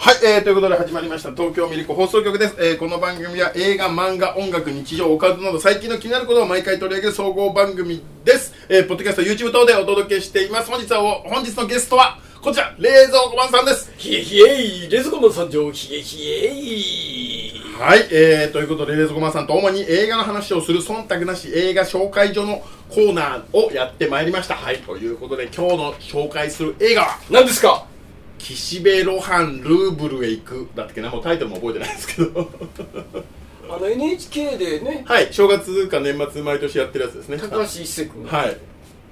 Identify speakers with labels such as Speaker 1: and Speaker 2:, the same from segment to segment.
Speaker 1: はい、えー、ということで始まりました東京ミリコ放送局です、えーこの番組は映画、漫画、音楽、日常、おかずなど最近の気になることを毎回取り上げる総合番組です、えーポッドキャスト、YouTube 等でお届けしています本日はお本日のゲストはこちら、冷蔵庫マンさんです
Speaker 2: ひえひえい、レズコマン参上、ひえひえい。
Speaker 1: はい、えー、ということで冷蔵庫マンさんと主に映画の話をする忖度なし映画紹介所のコーナーをやってまいりましたはい、ということで今日の紹介する映画は
Speaker 2: 何ですか
Speaker 1: 岸辺露伴ルーブルへ行くだったっけなもうタイトルも覚えてないですけど
Speaker 2: あの NHK でね、
Speaker 1: はい、正月か年末毎年やってるやつですね。
Speaker 2: 高橋一生君が、
Speaker 1: はい。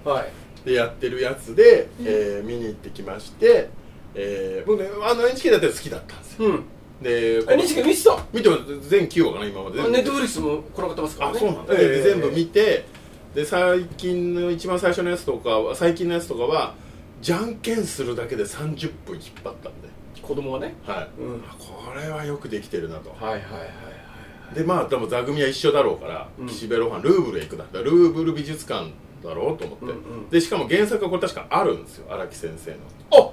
Speaker 2: はい。
Speaker 1: で、やってるやつで、えー見に行ってきまして、えー、僕ね、あの NHK だったら好きだったんですよ。
Speaker 2: うん。
Speaker 1: で、この
Speaker 2: NHK 見てた。
Speaker 1: 見てます全9話かな、今まで。
Speaker 2: ネ
Speaker 1: 全部
Speaker 2: ットフリックスも転がってますから
Speaker 1: あ、
Speaker 2: ね。
Speaker 1: そうなんだ。
Speaker 2: え
Speaker 1: で
Speaker 2: え
Speaker 1: 全部見て、で、最近の一番最初のやつとかは、最近のやつとかは、じゃんけんするだけで30分引っ張ったんで、
Speaker 2: 子供はね。
Speaker 1: はい。
Speaker 2: うん。
Speaker 1: これはよくできてるなと。
Speaker 2: はいはいはいはい。
Speaker 1: でまあでも座組は一緒だろうから、
Speaker 2: うん
Speaker 1: 岸辺露伴ルーブルへ行くだだルーブル美術館だろうと思って、
Speaker 2: うんうん
Speaker 1: でしかも原作がこれ確かあるんですよ荒木先生の
Speaker 2: あ、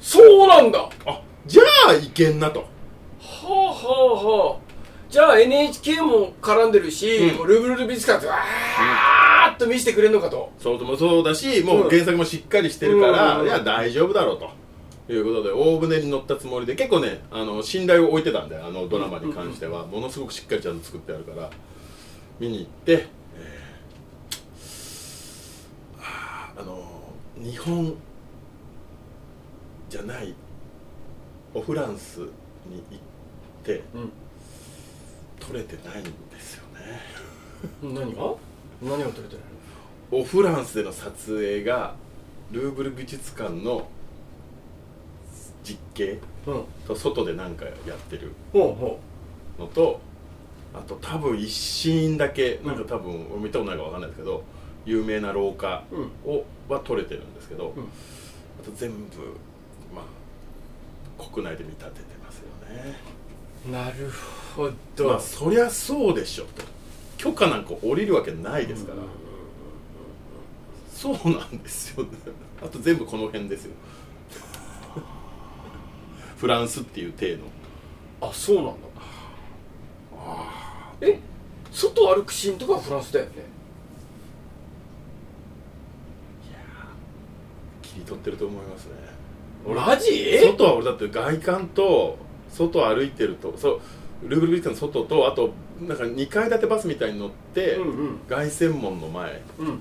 Speaker 2: そうなんだ。は
Speaker 1: あじゃあいけんなと
Speaker 2: あはあはあ。じゃあ NHK も絡んでるし、
Speaker 1: うん
Speaker 2: こうルーブル美術館わーっと見せてくれるのかと。
Speaker 1: そうともそうだしも
Speaker 2: う
Speaker 1: うん原作もしっかりしてるから、
Speaker 2: うん
Speaker 1: いや大丈夫だろうということで大船に乗ったつもりで結構ねあの信頼を置いてたんであのドラマに関しては、ものすごくしっかりちゃんと作ってあるから見に行って、えーあーあの日本じゃないオフランスに行って
Speaker 2: うん。
Speaker 1: 撮れてないんですよね
Speaker 2: 何が何が撮れてるの
Speaker 1: オフランスでの撮影がルーブル美術館の実景
Speaker 2: うん。
Speaker 1: と外でなんかやってる
Speaker 2: ほうほ
Speaker 1: のとあと多分一シーンだけ
Speaker 2: うん
Speaker 1: なんか多分俺見たことないかわかんないですけど有名な廊下
Speaker 2: う。うん。
Speaker 1: をは撮れてるんですけど、
Speaker 2: うん
Speaker 1: あと全部まあ国内で見立ててますよね
Speaker 2: なるほど、
Speaker 1: まあそりゃそうでしょと許可なんか降りるわけないですから、そうなんですよ、ね、 あと全部この辺ですよ フランスっていう体の
Speaker 2: あそうなんだえ外歩くシーンとかはフランスだよね
Speaker 1: 切り取ってると思いますね
Speaker 2: マジ
Speaker 1: 外は俺だって外観と外歩いてるとそうルーブル美術館の外とあとなんか2階建てバスみたいに乗って、
Speaker 2: うんうん
Speaker 1: 凱旋門の前
Speaker 2: うんうん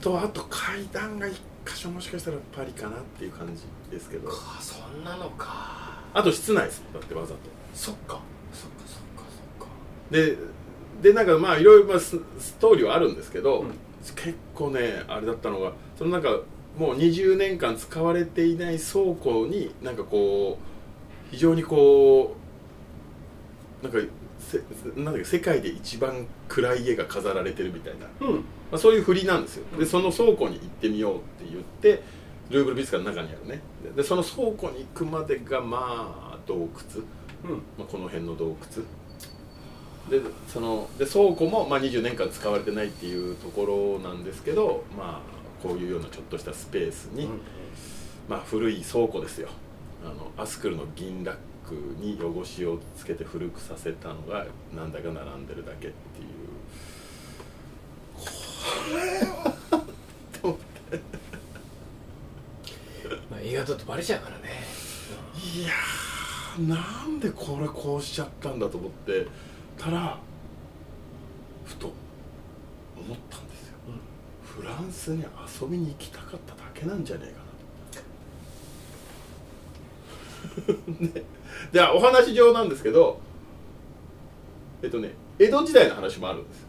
Speaker 1: とあと階段が1箇所もしかしたらパリかなっていう感じですけど
Speaker 2: かそんなのか
Speaker 1: あと室内ですもんだってわざと
Speaker 2: そっかそっかそっかそっか
Speaker 1: ででなんかまあいろいろまあスストーリーはあるんですけど、
Speaker 2: うん
Speaker 1: 結構ねあれだったのがそのなんかもう20年間使われていない倉庫になんかこう非常にこうなんかせせなんだっけ世界で一番暗い絵が飾られてるみたいな、ま
Speaker 2: うん
Speaker 1: あ、そういう振りなんですよでその倉庫に行ってみようって言ってルーブル美術館の中にあるねででその倉庫に行くまでがまあ洞窟
Speaker 2: うん
Speaker 1: まあ、この辺の洞窟でそので倉庫も、まあ、20年間使われてないっていうところなんですけど、まあ、こういうようなちょっとしたスペースに、まあ、古い倉庫ですよあのアスクルの銀ラックに汚しをつけて古くさせたのがなんだか並んでるだけっていう
Speaker 2: まあ、映画だとバレちゃうからね
Speaker 1: いやーなんでこれこうしちゃったんだと思ってたらふと思ったんですよ、フランスに遊びに行きたかっただけなんじゃねえかなとででお話上なんですけどえっとね江戸時代の話もあるんですよ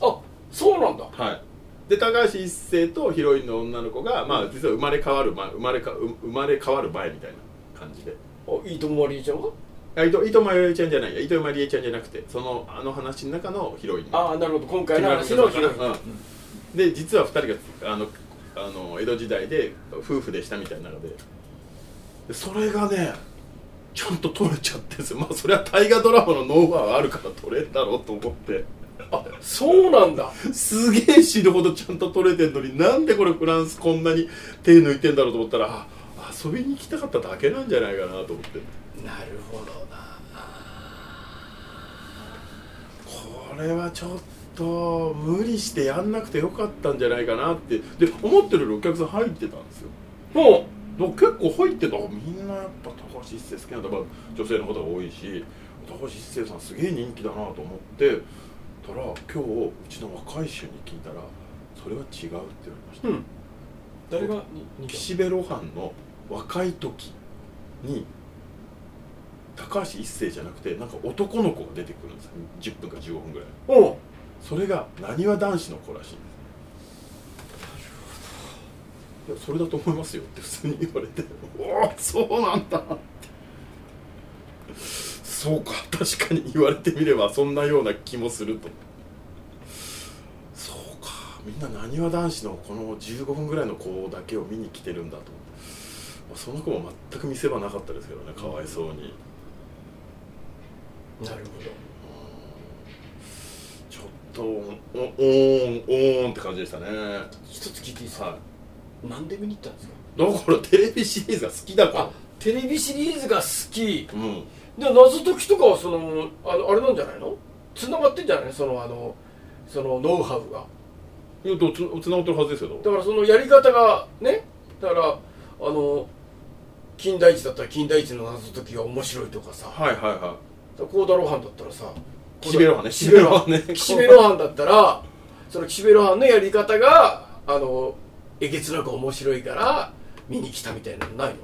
Speaker 2: あそうなんだ
Speaker 1: はい、で高橋一生とヒロインの女の子が、まあ、実は生まれ変わる前生まれか生まれ変わる前みたいな感じで
Speaker 2: あいいともまりえちゃんが
Speaker 1: あ伊藤伊藤まゆりえちゃんじゃないや伊藤まゆりえちゃんじゃなくてそのあの話の中のヒロイン
Speaker 2: ああなるほど今回の話のヒロイン
Speaker 1: うんで実は2人があのあの江戸時代で夫婦でしたみたいなのででそれがねちゃんと撮れちゃってんですよまあそれは大河ドラマのノウハウあるから撮れんだろうと思って
Speaker 2: あそうなんだ
Speaker 1: すげえ死ぬほどちゃんと撮れてんのになんでこれフランスこんなに手抜いてんだろうと思ったらああ遊びに来たかっただけなんじゃないかなと思って
Speaker 2: なるほどな
Speaker 1: これはちょっと無理してやんなくてよかったんじゃないかなってで思ってるよりお客さん入ってたんですよ
Speaker 2: も
Speaker 1: でも結構入ってたみんなやっぱ高橋一生好きなんだ、まあ、女性の方が多いし高橋一生さんすげえ人気だなと思ってたら今日うちの若い衆に聞いたらそれは違うって言われました、
Speaker 2: う、うん、誰がに
Speaker 1: 岸辺露伴の若い時に高橋一生じゃなくてなんか男の子が出てくるんですよ10分か15分ぐらい
Speaker 2: おう
Speaker 1: それがなにわ男子の子らしいんですいやそれだと思いますよって普通に言われておおそうなんだってそうか確かに言われてみればそんなような気もするとそうかみんななにわ男子のこの15分ぐらいの子だけを見に来てるんだと思ってまあその子も全く見せ場なかったですけどねかわいそうに。
Speaker 2: なるほど
Speaker 1: ちょっとおおーんおーんって感じでしたねは
Speaker 2: 一つ聞いていいですか、なんで見に行ったんですか
Speaker 1: いだからテレビシリーズが好きだか
Speaker 2: あテレビシリーズが好き
Speaker 1: らうん
Speaker 2: で謎解きとかはそのあのあれなんじゃないのつながってんじゃないのそのあのそのノウハウが
Speaker 1: いやどつつながってるはずですよ
Speaker 2: だからそのやり方がねだからあの金田一だったら金田一の謎解きが面白いとかさ
Speaker 1: はいはいは
Speaker 2: 幸田露伴だったらさ
Speaker 1: い岸辺露伴ね
Speaker 2: 岸辺
Speaker 1: 岸辺露
Speaker 2: 露伴
Speaker 1: 伴ね
Speaker 2: 岸辺露伴だったらその岸辺露伴のやり方があのえげつなく面白いから見に来たみたいなのない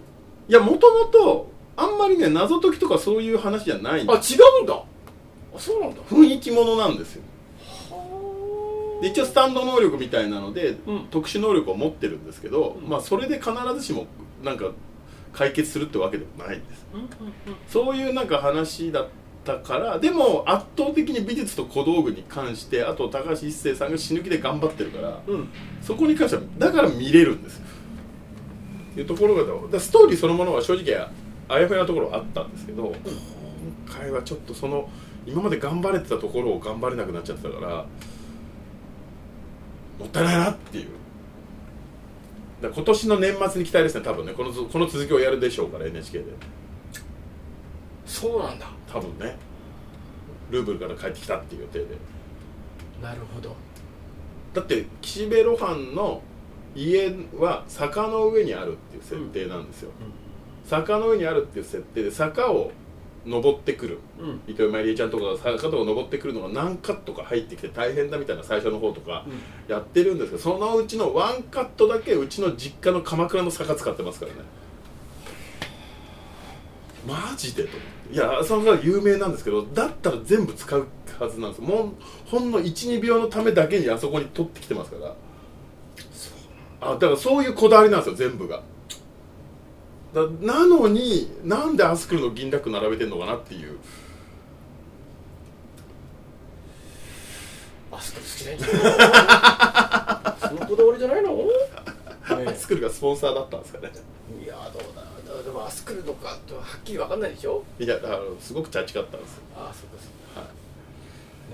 Speaker 1: いやもともとあんまりね謎解きとかそういう話じゃないんで
Speaker 2: のあ違うんだあそうなんだ
Speaker 1: 雰囲気ものなんですよで
Speaker 2: で
Speaker 1: 一応スタンド能力みたいなので、
Speaker 2: うん
Speaker 1: 特殊能力を持ってるんですけど、
Speaker 2: うん
Speaker 1: まあそれで必ずしもなんか解決するってわけでもないんですそういうなんか話だったからでも圧倒的に美術と小道具に関してあと高橋一生さんが死ぬ気で頑張ってるから
Speaker 2: うん
Speaker 1: そこに関してはだから見れるんですよっていうところがだからストーリーそのものは正直あやふやなところはあったんですけど今回はちょっとその今まで頑張れてたところを頑張れなくなっちゃってたからもったいないなっていうだから今年の年末に期待ですね多分ねこのずこの続きをやるでしょうから NHK で。
Speaker 2: そうなんだ
Speaker 1: 多分ねルーブルから帰ってきたっていう予定で
Speaker 2: なるほど
Speaker 1: だって岸辺露伴の家は坂の上にあるっていう設定なんですよ、坂の上にあるっていう設定で坂を登ってくる
Speaker 2: うんうん
Speaker 1: 糸井まりえちゃんとかが坂とか登ってくるのが何カットか入ってきて大変だみたいな最初の方とかやってるんですけどそのうちのワンカットだけうちの実家の鎌倉の坂使ってますからねマジでと思っていやその坂有名なんですけどだったら全部使うはずなんですもうほんの12秒のためだけにあそこに取ってきてますからあだからそういうこだわりなんですよ全部がだなのになんでアスクルの銀だく並べてんのかなっていう
Speaker 2: あそこ好きなん じゃないのそのこだわりじゃないの、ねえ
Speaker 1: アスクルがスポンサーだったんですかね
Speaker 2: いやどうだろうでもアスクルとかとはっきり分かんないでしょ
Speaker 1: いやだからすごくチャチかったんですよ
Speaker 2: ああそうか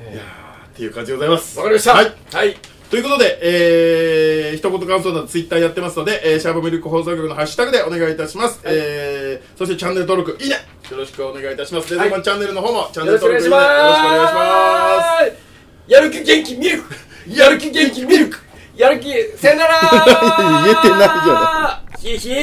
Speaker 2: そうか、
Speaker 1: いや
Speaker 2: ね
Speaker 1: ーっていう感じでございます
Speaker 2: えわかりました
Speaker 1: はい
Speaker 2: はい
Speaker 1: ということで、えー、一言感想などツイッターやってますので、えー、シャープミルク放送局のハッシュタグでお願いいたします。
Speaker 2: はい
Speaker 1: えー、そしてチャンネル登録、いいねよろしくお願いいたします。
Speaker 2: は
Speaker 1: デ
Speaker 2: い
Speaker 1: ゼマンチャンネルの方もチャンネ
Speaker 2: よろ
Speaker 1: ル
Speaker 2: しくお
Speaker 1: 登
Speaker 2: 願い
Speaker 1: 録、
Speaker 2: し
Speaker 1: いいねよ
Speaker 2: ます
Speaker 1: ろしくお願いします。
Speaker 2: やる気元気ミルクやる気元気ミルクやる気さよなら
Speaker 1: 言えてないじゃ
Speaker 2: ないひひ